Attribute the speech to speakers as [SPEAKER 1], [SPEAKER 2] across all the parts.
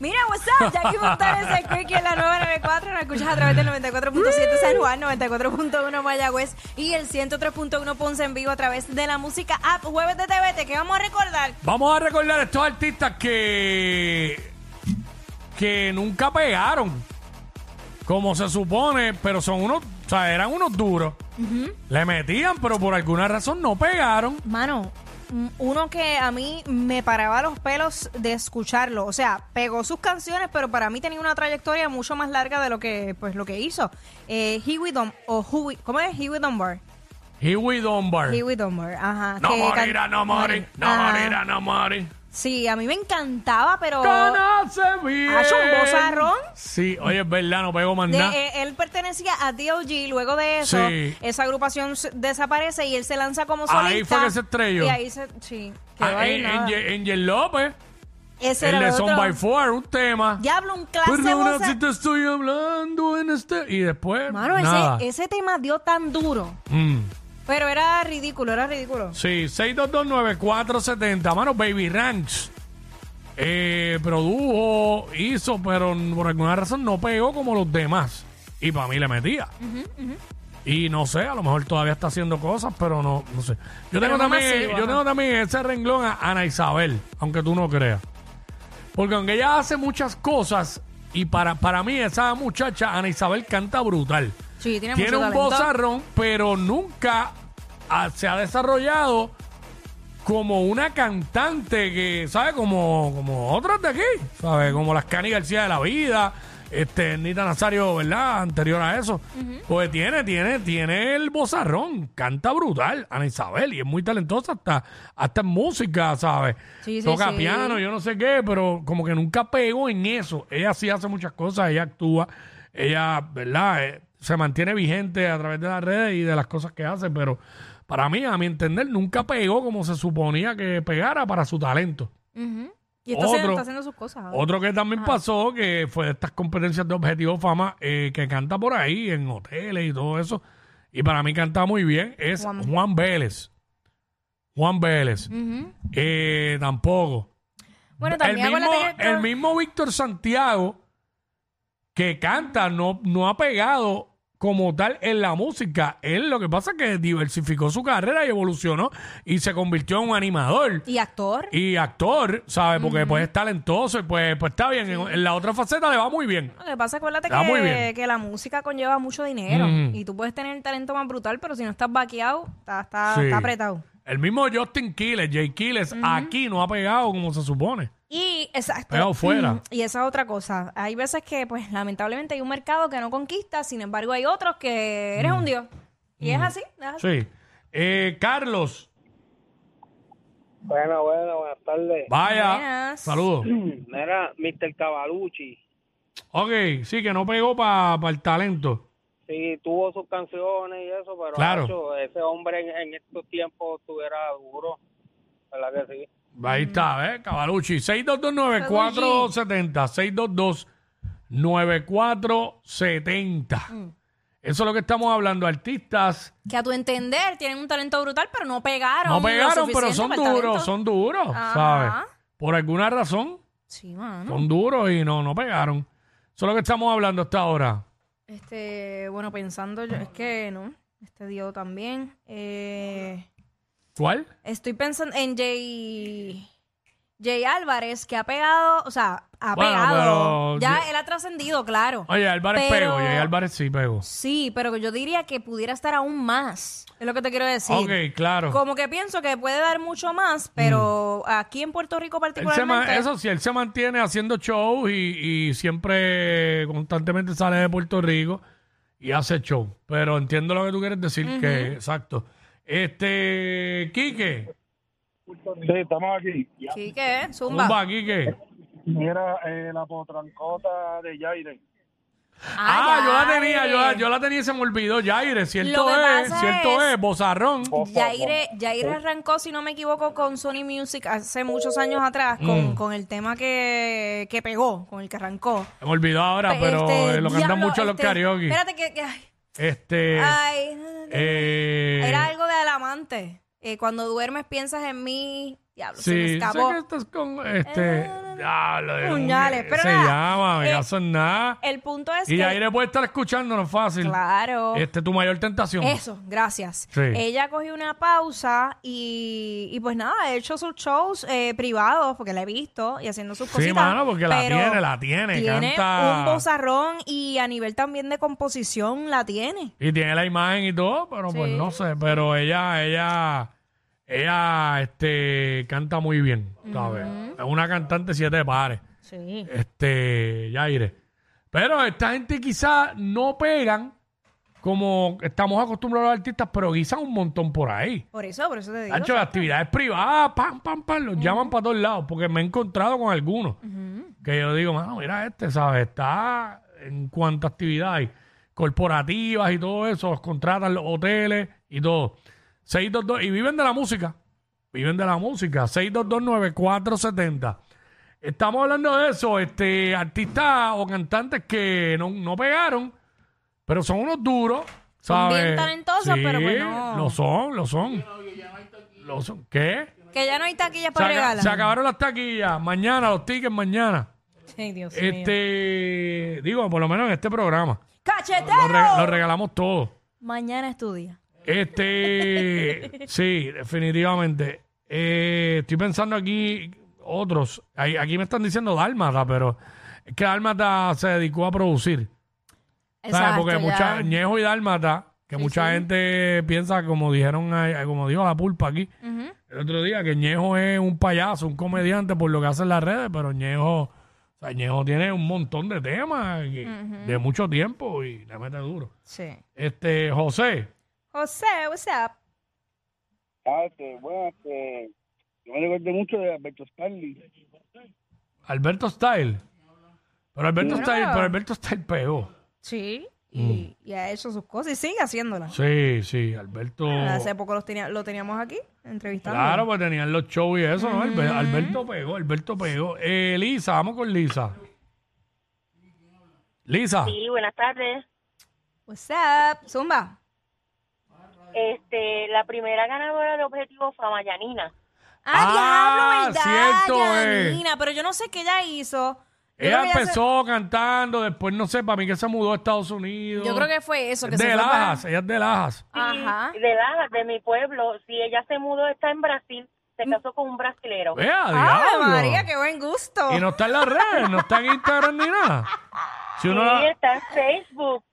[SPEAKER 1] Mira, what's up, Jackie Fontanes el Quickie en la 994. Nos escuchas a través del 94.7 San Juan, 94.1 Mayagüez y el 103.1 Ponce en vivo a través de la música app Jueves de TVT, que vamos a recordar.
[SPEAKER 2] Vamos a recordar a estos artistas que. que nunca pegaron. Como se supone, pero son unos. O sea, eran unos duros. Le metían, pero por alguna razón no pegaron.
[SPEAKER 1] Mano, mm, uno que a mí me paraba los pelos de escucharlo. O sea, pegó sus canciones, pero para mí tenía una trayectoria mucho más larga de lo que, pues, lo que hizo. Eh, Huey Dom- o Huey- ¿cómo es? Huey Dunbar.
[SPEAKER 2] Huey Dunbar.
[SPEAKER 1] Huey Dunbar, ajá.
[SPEAKER 2] No
[SPEAKER 1] que
[SPEAKER 2] morirá,
[SPEAKER 1] can- Ah.
[SPEAKER 2] no morir, no
[SPEAKER 1] Ajá.
[SPEAKER 2] morirá, no morir.
[SPEAKER 1] Sí, a mí me encantaba, pero...
[SPEAKER 2] Conoce bien.
[SPEAKER 1] Hacho, un bozarrón.
[SPEAKER 2] Sí, oye, es verdad, no pego más
[SPEAKER 1] de-
[SPEAKER 2] nada.
[SPEAKER 1] eh, él pertenecía a D.O.G. Luego de eso,
[SPEAKER 2] Sí.
[SPEAKER 1] esa agrupación s- desaparece y él se lanza como solista.
[SPEAKER 2] Ahí fue que se estrelló.
[SPEAKER 1] Y ahí se... Sí. quedó
[SPEAKER 2] Ah,
[SPEAKER 1] ahí
[SPEAKER 2] eh,
[SPEAKER 1] nada.
[SPEAKER 2] Angel, Angel López,
[SPEAKER 1] Ese
[SPEAKER 2] el
[SPEAKER 1] era
[SPEAKER 2] de
[SPEAKER 1] el
[SPEAKER 2] Son
[SPEAKER 1] otro.
[SPEAKER 2] by Four, un tema.
[SPEAKER 1] Diablo, un clase
[SPEAKER 2] Perdona
[SPEAKER 1] voza-
[SPEAKER 2] Pues, si te estoy hablando en este. Y después.
[SPEAKER 1] Mano,
[SPEAKER 2] nada.
[SPEAKER 1] ese, ese tema dio tan duro.
[SPEAKER 2] Mm.
[SPEAKER 1] Pero era ridículo, era ridículo.
[SPEAKER 2] Sí, 6229470. Mano, Baby Ranch. eh, produjo, hizo, pero por alguna razón no pegó como los demás. Y para mí le metía. Y no sé, a lo mejor todavía está haciendo cosas, pero no, no sé. Yo, tengo
[SPEAKER 1] no
[SPEAKER 2] también,
[SPEAKER 1] masivo,
[SPEAKER 2] yo
[SPEAKER 1] ajá.
[SPEAKER 2] tengo también ese renglón a Ana Isabel, aunque tú no creas. Porque aunque ella hace muchas cosas, y para, para mí esa muchacha, Ana Isabel, canta brutal.
[SPEAKER 1] Sí, tiene,
[SPEAKER 2] Tiene
[SPEAKER 1] mucho
[SPEAKER 2] un
[SPEAKER 1] talento.
[SPEAKER 2] bozarrón, pero nunca ah, se ha desarrollado como una cantante que, ¿sabes? Como, como otras de aquí, ¿sabes? Como las Cani García de la vida, este, Nita Nazario, ¿verdad? Anterior a eso. Pues tiene, tiene, tiene el bozarrón, canta brutal, Ana Isabel, y es muy talentosa hasta, hasta en música, ¿sabes?
[SPEAKER 1] Sí, sí,
[SPEAKER 2] Toca
[SPEAKER 1] sí.
[SPEAKER 2] piano, yo no sé qué, pero como que nunca pegó en eso. Ella sí hace muchas cosas, ella actúa, ella, ¿verdad? Eh, se mantiene vigente a través de las redes y de las cosas que hace, pero para mí, a mi entender, nunca pegó como se suponía que pegara para su talento.
[SPEAKER 1] Ujú. Y está, haciendo,
[SPEAKER 2] Otro-
[SPEAKER 1] está haciendo sus cosas. ahora.
[SPEAKER 2] Otro que también pasó, que fue de estas competencias de Objetivo Fama, eh, que canta por ahí en hoteles y todo eso, y para mí canta muy bien, es
[SPEAKER 1] Juan. Mm.
[SPEAKER 2] Juan, Vélez. Juan Vélez.
[SPEAKER 1] Ujú.
[SPEAKER 2] Eh, tampoco.
[SPEAKER 1] Bueno, también
[SPEAKER 2] el, mismo,
[SPEAKER 1] acuérdate que-
[SPEAKER 2] el mismo Víctor Santiago, que canta, no, no ha pegado como tal en la música. Él lo que pasa es que diversificó su carrera y evolucionó y se convirtió en un animador
[SPEAKER 1] Y actor.
[SPEAKER 2] y actor, ¿sabes? Porque pues es talentoso y pues, pues está bien. En, en la otra faceta le va muy bien.
[SPEAKER 1] Lo que pasa, acuérdate
[SPEAKER 2] Está muy
[SPEAKER 1] que,
[SPEAKER 2] bien.
[SPEAKER 1] que la música conlleva mucho dinero.
[SPEAKER 2] Ujú.
[SPEAKER 1] Y tú puedes tener el talento más brutal, pero si no estás vaqueado, está, está,
[SPEAKER 2] Sí.
[SPEAKER 1] está apretado.
[SPEAKER 2] El mismo Justin Quiles, Jay Quiles, aquí no ha pegado como se supone.
[SPEAKER 1] Y exacto.
[SPEAKER 2] Pegado fuera.
[SPEAKER 1] Mm, Y esa es otra cosa. Hay veces que, pues, lamentablemente hay un mercado que no conquista, sin embargo, hay otros que
[SPEAKER 2] Mm.
[SPEAKER 1] eres un dios. Y es así, es así.
[SPEAKER 2] Sí. Eh, Carlos,
[SPEAKER 3] Bueno, bueno, buenas tardes.
[SPEAKER 2] vaya.
[SPEAKER 1] Buenas.
[SPEAKER 2] Saludos.
[SPEAKER 3] Mira, Mr. Cavalucci,
[SPEAKER 2] Ok, sí, que no pegó para el talento.
[SPEAKER 3] sí, tuvo sus canciones y eso, pero
[SPEAKER 2] Claro.
[SPEAKER 3] macho, ese hombre en, en estos tiempos estuviera duro, ¿verdad que sí?
[SPEAKER 2] Ahí está, ¿eh? Cavalucci. 6229470. 622-9470.
[SPEAKER 1] Mm.
[SPEAKER 2] Eso es lo que estamos hablando. Artistas
[SPEAKER 1] Que a tu entender tienen un talento brutal, pero no pegaron.
[SPEAKER 2] no
[SPEAKER 1] lo
[SPEAKER 2] pegaron, pero
[SPEAKER 1] suficiente
[SPEAKER 2] son
[SPEAKER 1] para el talento.
[SPEAKER 2] duros, son duros,
[SPEAKER 1] Ajá. Mm.
[SPEAKER 2] ¿sabes? Por alguna razón,
[SPEAKER 1] Sí, mano.
[SPEAKER 2] son duros y no, no pegaron. Eso es lo que estamos hablando hasta ahora.
[SPEAKER 1] Este, bueno, pensando, yo, es que no. Este dio también. Eh.
[SPEAKER 2] ¿Cuál?
[SPEAKER 1] Estoy pensando en Jay. Jay Álvarez, que ha pegado, o sea, ha
[SPEAKER 2] Bueno,
[SPEAKER 1] pegado.
[SPEAKER 2] pero
[SPEAKER 1] Ya
[SPEAKER 2] yo-
[SPEAKER 1] él ha trascendido, claro.
[SPEAKER 2] Oye, Álvarez
[SPEAKER 1] Pero-
[SPEAKER 2] pegó, Jay Álvarez sí pegó.
[SPEAKER 1] Sí, pero yo diría que pudiera estar aún más. Es lo que te quiero decir.
[SPEAKER 2] Ok, claro.
[SPEAKER 1] Como que pienso que puede dar mucho más, pero aquí en Puerto Rico
[SPEAKER 2] Mm. Él se ma-
[SPEAKER 1] particularmente.
[SPEAKER 2] eso sí, él se mantiene haciendo shows y, y siempre constantemente sale de Puerto Rico y hace show. Pero entiendo lo que tú quieres decir, que exacto. Este, Quique,
[SPEAKER 4] Sí, estamos aquí.
[SPEAKER 1] Quique, zumba.
[SPEAKER 2] zumba, Quique.
[SPEAKER 4] Mira, eh, la potrancota de Jaire.
[SPEAKER 2] Ah, yo la
[SPEAKER 1] Yaire.
[SPEAKER 2] tenía, yo la, yo la tenía y se me olvidó, Jaire, cierto
[SPEAKER 1] Lo que
[SPEAKER 2] es,
[SPEAKER 1] pasa
[SPEAKER 2] cierto
[SPEAKER 1] es-
[SPEAKER 2] es, bozarrón.
[SPEAKER 1] Yaire, Yaire arrancó, si no me equivoco, con Sony Music hace muchos años atrás, con,
[SPEAKER 2] Mm.
[SPEAKER 1] con el tema que, que pegó, con el que arrancó.
[SPEAKER 2] Se me olvidó ahora, pero
[SPEAKER 1] Este,
[SPEAKER 2] eh, lo cantan
[SPEAKER 1] diablo,
[SPEAKER 2] mucho los
[SPEAKER 1] este,
[SPEAKER 2] karaoke.
[SPEAKER 1] Espérate que... que- ay,
[SPEAKER 2] Este,
[SPEAKER 1] ay,
[SPEAKER 2] eh,
[SPEAKER 1] Era algo de Alamante. Eh, cuando duermes piensas en mí. Diablo, se me
[SPEAKER 2] Sí, sé
[SPEAKER 1] escapó. Eh,
[SPEAKER 2] que estás con este. diablo, Dios mío,
[SPEAKER 1] Puñales, pero
[SPEAKER 2] eh, Se
[SPEAKER 1] nada,
[SPEAKER 2] llama, me
[SPEAKER 1] eh,
[SPEAKER 2] hacen nada.
[SPEAKER 1] El punto es
[SPEAKER 2] Y
[SPEAKER 1] que...
[SPEAKER 2] Jaire puede estar escuchándonos fácil.
[SPEAKER 1] Claro.
[SPEAKER 2] Este tu mayor tentación.
[SPEAKER 1] Eso, gracias.
[SPEAKER 2] Sí.
[SPEAKER 1] Ella cogió una pausa y, y pues nada, ha hecho sus shows eh, privados, porque la he visto, y haciendo sus
[SPEAKER 2] Sí,
[SPEAKER 1] cositas.
[SPEAKER 2] mano, porque la
[SPEAKER 1] pero
[SPEAKER 2] tiene, la tiene,
[SPEAKER 1] Tiene
[SPEAKER 2] canta.
[SPEAKER 1] un bozarrón y a nivel también de composición la tiene.
[SPEAKER 2] Y tiene la imagen y todo, pero pues
[SPEAKER 1] Sí.
[SPEAKER 2] no sé. Pero ella, ella, ella, este, canta muy bien, ¿sabes? Es una cantante siete pares,
[SPEAKER 1] Sí.
[SPEAKER 2] este, Yaire. Pero esta gente quizás no pegan como estamos acostumbrados los artistas, pero guisan un montón por ahí.
[SPEAKER 1] Por eso, por eso te digo.
[SPEAKER 2] Hacho, las actividades privadas, pam, pam, pam, los llaman para todos lados, porque me he encontrado con algunos que yo digo, mano, mira este, ¿sabes? Está en cuanto a actividades corporativas y todo eso, los contratan los hoteles y todo. 622, y viven de la música, viven de la música, 6229470. Estamos hablando de eso, este, artistas o cantantes que no, no pegaron, pero son unos duros,
[SPEAKER 1] Son
[SPEAKER 2] ¿sabes?
[SPEAKER 1] bien talentosos,
[SPEAKER 2] Sí,
[SPEAKER 1] pero pues no.
[SPEAKER 2] Lo son, lo son. Lo son. ¿Qué?
[SPEAKER 1] Que ya no hay taquillas
[SPEAKER 2] Se,
[SPEAKER 1] para
[SPEAKER 2] aca-
[SPEAKER 1] regalar.
[SPEAKER 2] se acabaron las taquillas. Mañana, los tickets mañana.
[SPEAKER 1] Ay, Dios mío.
[SPEAKER 2] este, digo, por lo menos en este programa. Lo,
[SPEAKER 1] ¡Cachetero!
[SPEAKER 2] re- lo regalamos todo.
[SPEAKER 1] Mañana es tu día.
[SPEAKER 2] Este, sí, definitivamente. Eh, estoy pensando aquí otros. Ahí- Aquí me están diciendo Dálmata, pero es que Dálmata se dedicó a producir. ¿Sabes?
[SPEAKER 1] Exacto,
[SPEAKER 2] Porque
[SPEAKER 1] ya.
[SPEAKER 2] mucha, Ñejo y Dálmata, que
[SPEAKER 1] Sí,
[SPEAKER 2] mucha
[SPEAKER 1] sí.
[SPEAKER 2] gente piensa, como dijeron, ahí- como dijo la pulpa aquí
[SPEAKER 1] Ujú.
[SPEAKER 2] el otro día, que Ñejo es un payaso, un comediante por lo que hace en las redes, pero Ñejo, o sea, Ñejo tiene un montón de temas que- de mucho tiempo y la mete duro.
[SPEAKER 1] Sí.
[SPEAKER 2] Este, José,
[SPEAKER 1] José, what's up?
[SPEAKER 4] Ah, este, bueno, este, yo me recuerdo mucho de Alberto Stanley.
[SPEAKER 2] Alberto Style. Pero Alberto
[SPEAKER 1] Claro.
[SPEAKER 2] Style, pero Alberto Style pegó.
[SPEAKER 1] Sí,
[SPEAKER 2] Mm.
[SPEAKER 1] y, y ha hecho sus cosas y sigue haciéndolas.
[SPEAKER 2] Sí, sí, Alberto.
[SPEAKER 1] Ah, Hace poco los tenía- lo teníamos aquí, entrevistando.
[SPEAKER 2] Claro, pues tenían los shows y eso, ¿no? Albe- Alberto pegó, Alberto pegó. Eh, Lisa, vamos con Lisa. Lisa.
[SPEAKER 5] Sí, buenas tardes.
[SPEAKER 1] What's up, Zumba?
[SPEAKER 5] Este, la primera ganadora del objetivo fue Mayanina.
[SPEAKER 2] Ah,
[SPEAKER 1] Ah, diablo,
[SPEAKER 2] cierto,
[SPEAKER 1] ¿verdad?
[SPEAKER 2] eh.
[SPEAKER 1] Yanina, pero yo no sé qué ella hizo. Yo creo
[SPEAKER 2] Ella
[SPEAKER 1] que ella se-
[SPEAKER 2] empezó cantando, después no sé, para mí que se mudó a Estados Unidos.
[SPEAKER 1] yo creo que fue eso. Que
[SPEAKER 2] Es
[SPEAKER 1] se
[SPEAKER 2] de
[SPEAKER 1] fue para-
[SPEAKER 2] Lajas, ella es de Lajas.
[SPEAKER 1] Ajá.
[SPEAKER 5] Y De la, de mi pueblo, si ella se mudó, está en Brasil, se casó con un brasilero.
[SPEAKER 2] Vea,
[SPEAKER 1] ¡Ay,
[SPEAKER 2] diablo.
[SPEAKER 1] María, qué buen gusto!
[SPEAKER 2] Y no está en las redes, no está en Instagram ni nada. Si uno
[SPEAKER 5] Y
[SPEAKER 2] la-
[SPEAKER 5] está en Facebook.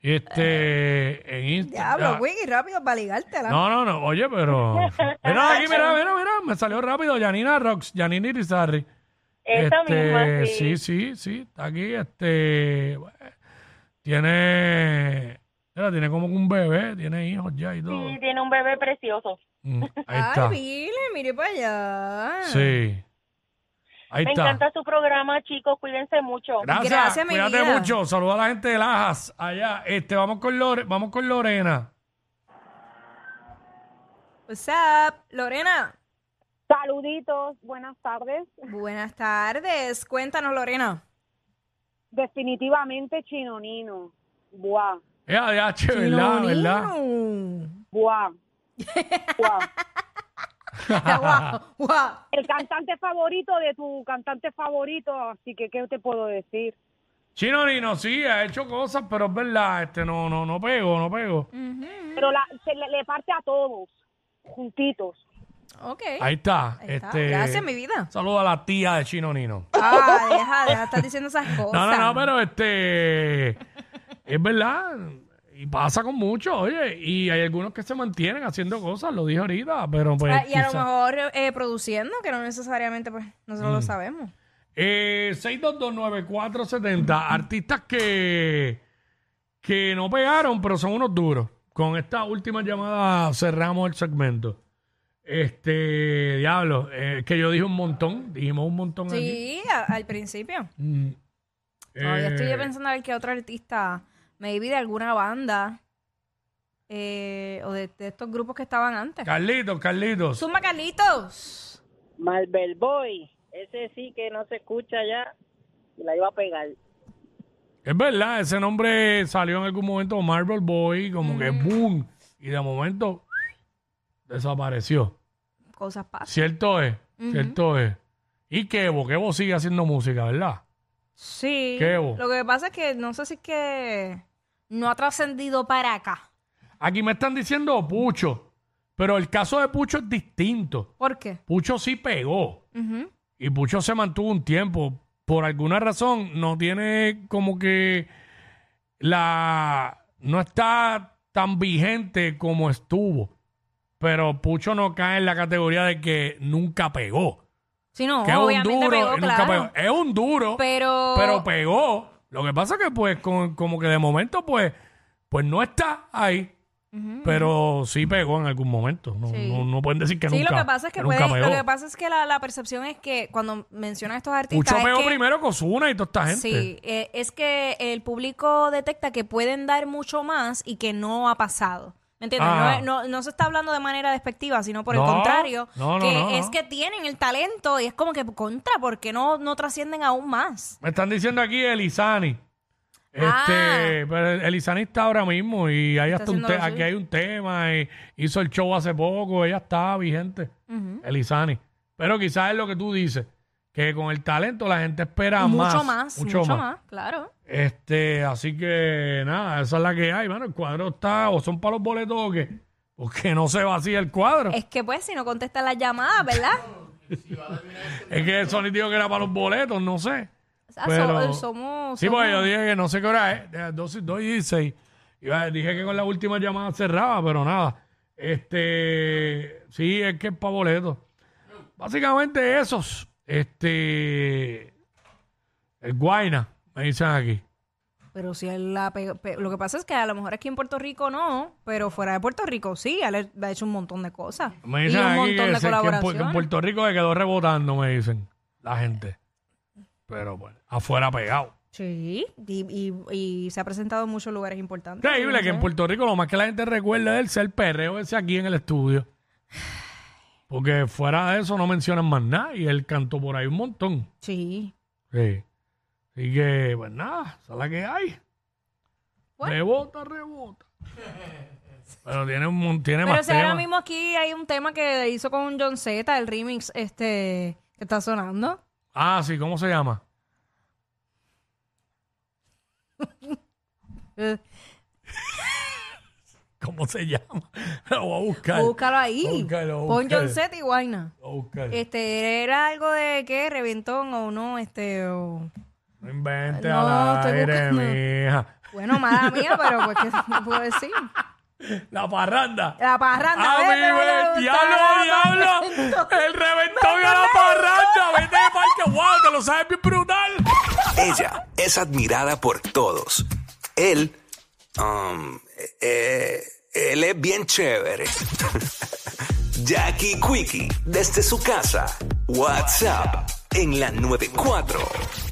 [SPEAKER 2] este en
[SPEAKER 1] Diablo,
[SPEAKER 2] Instagram.
[SPEAKER 1] Wiggy, rápido para ligártela.
[SPEAKER 2] No, no, no, oye, pero Mira, aquí mira, mira, mira, me salió rápido Janina Rox, Janina Irizarry.
[SPEAKER 5] Esa
[SPEAKER 2] Este,
[SPEAKER 5] misma,
[SPEAKER 2] sí,
[SPEAKER 5] sí.
[SPEAKER 2] sí, sí, está aquí, este tiene mira, tiene como un bebé, tiene hijos ya y todo.
[SPEAKER 5] Sí, tiene un bebé precioso.
[SPEAKER 2] Mm, Ahí
[SPEAKER 1] Ay,
[SPEAKER 2] está.
[SPEAKER 1] mire, mire para allá.
[SPEAKER 2] Sí. Ahí
[SPEAKER 5] Me
[SPEAKER 2] está.
[SPEAKER 5] encanta su programa, chicos, cuídense mucho.
[SPEAKER 2] Gracias.
[SPEAKER 1] Gracias, mi
[SPEAKER 2] Cuídate
[SPEAKER 1] vida.
[SPEAKER 2] mucho. Saluda a la gente de Lajas allá. Este, vamos con Lore- vamos con Lorena.
[SPEAKER 1] What's up, Lorena?
[SPEAKER 6] Saluditos, buenas tardes.
[SPEAKER 1] Buenas tardes. Cuéntanos, Lorena.
[SPEAKER 6] Definitivamente Chinonino. Buah,
[SPEAKER 2] Es ADH, ¿verdad? ¿Verdad?
[SPEAKER 1] Nino.
[SPEAKER 6] buah, buah.
[SPEAKER 1] Guau, guau.
[SPEAKER 6] El cantante favorito de tu cantante favorito, así que ¿qué te puedo decir?
[SPEAKER 2] Chino Nino, sí, ha hecho cosas, pero es verdad, este no, no, no pego, no pego.
[SPEAKER 6] Pero la, se le, le parte a todos, juntitos.
[SPEAKER 1] Ok.
[SPEAKER 2] Ahí está.
[SPEAKER 1] Ahí está.
[SPEAKER 2] Este,
[SPEAKER 1] Gracias, mi vida.
[SPEAKER 2] Saluda a la tía de Chino Nino.
[SPEAKER 1] Ah, deja, deja de estar diciendo esas cosas.
[SPEAKER 2] No, no, no, pero este es verdad. Y pasa con muchos, oye, y hay algunos que se mantienen haciendo cosas, lo dije ahorita, pero pues.
[SPEAKER 1] Ah, y a lo
[SPEAKER 2] quizá- Mm.
[SPEAKER 1] mejor eh, produciendo, que no necesariamente, pues, nosotros lo sabemos.
[SPEAKER 2] Eh, 6229470, artistas que, que no pegaron, pero son unos duros. Con esta última llamada cerramos el segmento. Este, diablo, eh, que yo dije un montón, dijimos un montón aquí.
[SPEAKER 1] Sí, a- al principio.
[SPEAKER 2] Mm,
[SPEAKER 1] Todavía
[SPEAKER 2] eh,
[SPEAKER 1] estoy pensando a ver qué otro artista, maybe de alguna banda eh, o de, de estos grupos que estaban antes.
[SPEAKER 2] Carlitos, Carlitos.
[SPEAKER 1] Suma Carlitos.
[SPEAKER 5] Marvel Boy, ese sí que no se escucha ya y la iba a pegar.
[SPEAKER 2] Es verdad, ese nombre salió en algún momento Marvel Boy, como que
[SPEAKER 1] Mm.
[SPEAKER 2] boom, y de momento desapareció.
[SPEAKER 1] Cosas pasan.
[SPEAKER 2] Cierto es, cierto es. Y Kevo, Kevo sigue haciendo música, ¿verdad?
[SPEAKER 1] Sí.
[SPEAKER 2] Qué bo-
[SPEAKER 1] Lo que pasa es que no sé si es que no ha trascendido para acá.
[SPEAKER 2] Aquí me están diciendo Pucho, pero el caso de Pucho es distinto.
[SPEAKER 1] ¿Por qué?
[SPEAKER 2] Pucho sí pegó
[SPEAKER 1] Ujú.
[SPEAKER 2] y Pucho se mantuvo un tiempo. Por alguna razón no tiene como que la... no está tan vigente como estuvo. Pero Pucho no cae en la categoría de que nunca pegó.
[SPEAKER 1] Sí, no,
[SPEAKER 2] que es un
[SPEAKER 1] obviamente
[SPEAKER 2] duro,
[SPEAKER 1] pegó,
[SPEAKER 2] y nunca
[SPEAKER 1] claro.
[SPEAKER 2] pegó. Es un duro.
[SPEAKER 1] Pero,
[SPEAKER 2] pero pues, pegó. Lo que pasa que pues con- como que de momento pues pues no está ahí, pero sí pegó en algún momento. No,
[SPEAKER 1] Sí.
[SPEAKER 2] no, no pueden decir que
[SPEAKER 1] sí,
[SPEAKER 2] nunca.
[SPEAKER 1] lo que pasa es que,
[SPEAKER 2] nunca
[SPEAKER 1] puede-
[SPEAKER 2] pegó.
[SPEAKER 1] lo que pasa es que la, la percepción es que cuando mencionan a estos artistas
[SPEAKER 2] Pucho
[SPEAKER 1] es
[SPEAKER 2] pegó
[SPEAKER 1] que-
[SPEAKER 2] primero con Zuna y toda esta gente.
[SPEAKER 1] Sí, eh, es que el público detecta que pueden dar mucho más y que no ha pasado. ¿Me entiendes? No
[SPEAKER 2] Ah.
[SPEAKER 1] es- No, no, se está hablando de manera despectiva, sino por
[SPEAKER 2] No,
[SPEAKER 1] el contrario,
[SPEAKER 2] no, no,
[SPEAKER 1] que
[SPEAKER 2] no, no.
[SPEAKER 1] es que tienen el talento y es como que contra, porque no, no trascienden aún más.
[SPEAKER 2] Me están diciendo aquí Elizani. Este,
[SPEAKER 1] Ah.
[SPEAKER 2] pero Elizani está ahora mismo y hay hasta un
[SPEAKER 1] haciendo
[SPEAKER 2] te-
[SPEAKER 1] lo suyo.
[SPEAKER 2] aquí hay un tema y hizo el show hace poco, ella está vigente. Elizani. Pero quizás es lo que tú dices, que con el talento la gente espera
[SPEAKER 1] mucho
[SPEAKER 2] Ah,
[SPEAKER 1] más,
[SPEAKER 2] más,
[SPEAKER 1] mucho, más. claro.
[SPEAKER 2] Este, así que nada, esa es la que hay. Bueno, el cuadro está, o son para los boletos o qué. Porque no se vacía el cuadro.
[SPEAKER 1] Es que pues si no contestan las llamadas, ¿verdad?
[SPEAKER 2] Es que el sonido que era para los boletos, no sé.
[SPEAKER 1] O sea,
[SPEAKER 2] Pero-
[SPEAKER 1] so- somos...
[SPEAKER 2] Sí,
[SPEAKER 1] somos-
[SPEAKER 2] pues yo dije que no sé qué hora es, de las 12 y 2 y 16. Y va, dije que con la última llamada cerraba, pero nada. Este, sí, es que es para boletos. Básicamente esos, este, el Guaina, me dicen aquí.
[SPEAKER 1] Pero si él la pe- pe- Lo que pasa es que a lo mejor aquí en Puerto Rico no, pero fuera de Puerto Rico sí, él ha hecho un montón de cosas.
[SPEAKER 2] Me
[SPEAKER 1] y
[SPEAKER 2] dicen
[SPEAKER 1] un
[SPEAKER 2] aquí
[SPEAKER 1] montón
[SPEAKER 2] que,
[SPEAKER 1] de
[SPEAKER 2] se- que en Pu- que en,
[SPEAKER 1] colaboraciones.
[SPEAKER 2] Puerto Rico se quedó rebotando, me dicen la gente. Pero bueno, afuera pegado.
[SPEAKER 1] Sí, y, y- y se ha presentado en muchos lugares importantes.
[SPEAKER 2] Increíble que en Puerto Rico lo más que la gente recuerda es el perreo ese aquí en el estudio. Porque fuera de eso no mencionan más nada y él cantó por ahí un montón.
[SPEAKER 1] Sí.
[SPEAKER 2] Sí. Así que, pues nada, esa es la que hay.
[SPEAKER 1] Bueno.
[SPEAKER 2] Rebota, rebota. Pero tiene, un, mon- tiene
[SPEAKER 1] Pero
[SPEAKER 2] más
[SPEAKER 1] si ahora
[SPEAKER 2] temas.
[SPEAKER 1] mismo aquí hay un tema que hizo con John Z, el remix este que está sonando.
[SPEAKER 2] Ah, sí, ¿cómo se llama?
[SPEAKER 1] Eh,
[SPEAKER 2] ¿Cómo se llama? Lo voy a buscar.
[SPEAKER 1] Búscalo ahí.
[SPEAKER 2] Búscalo,
[SPEAKER 1] Pon
[SPEAKER 2] búscalo.
[SPEAKER 1] John Z y Guayna.
[SPEAKER 2] Lo voy a buscar.
[SPEAKER 1] Este, era algo de qué, reventón o no, este, o...
[SPEAKER 2] No invente
[SPEAKER 1] No,
[SPEAKER 2] al
[SPEAKER 1] estoy
[SPEAKER 2] aire,
[SPEAKER 1] buscando.
[SPEAKER 2] mija.
[SPEAKER 1] Bueno, mala mía, pero pues, ¿qué te puedo decir?
[SPEAKER 2] La parranda.
[SPEAKER 1] La parranda.
[SPEAKER 2] ¡A
[SPEAKER 1] ¿ves?
[SPEAKER 2] mí,
[SPEAKER 1] Pero
[SPEAKER 2] ve,
[SPEAKER 1] le
[SPEAKER 2] diablo,
[SPEAKER 1] gustaba la
[SPEAKER 2] diablo! ¡El reventón a la parranda! ¡Vete de parque! ¡Wow! ¡Te lo sabes bien brutal!
[SPEAKER 7] Ella es admirada por todos. Él, um, eh, él es bien chévere. Jackie Quickie, desde su casa. WhatsApp en la 94.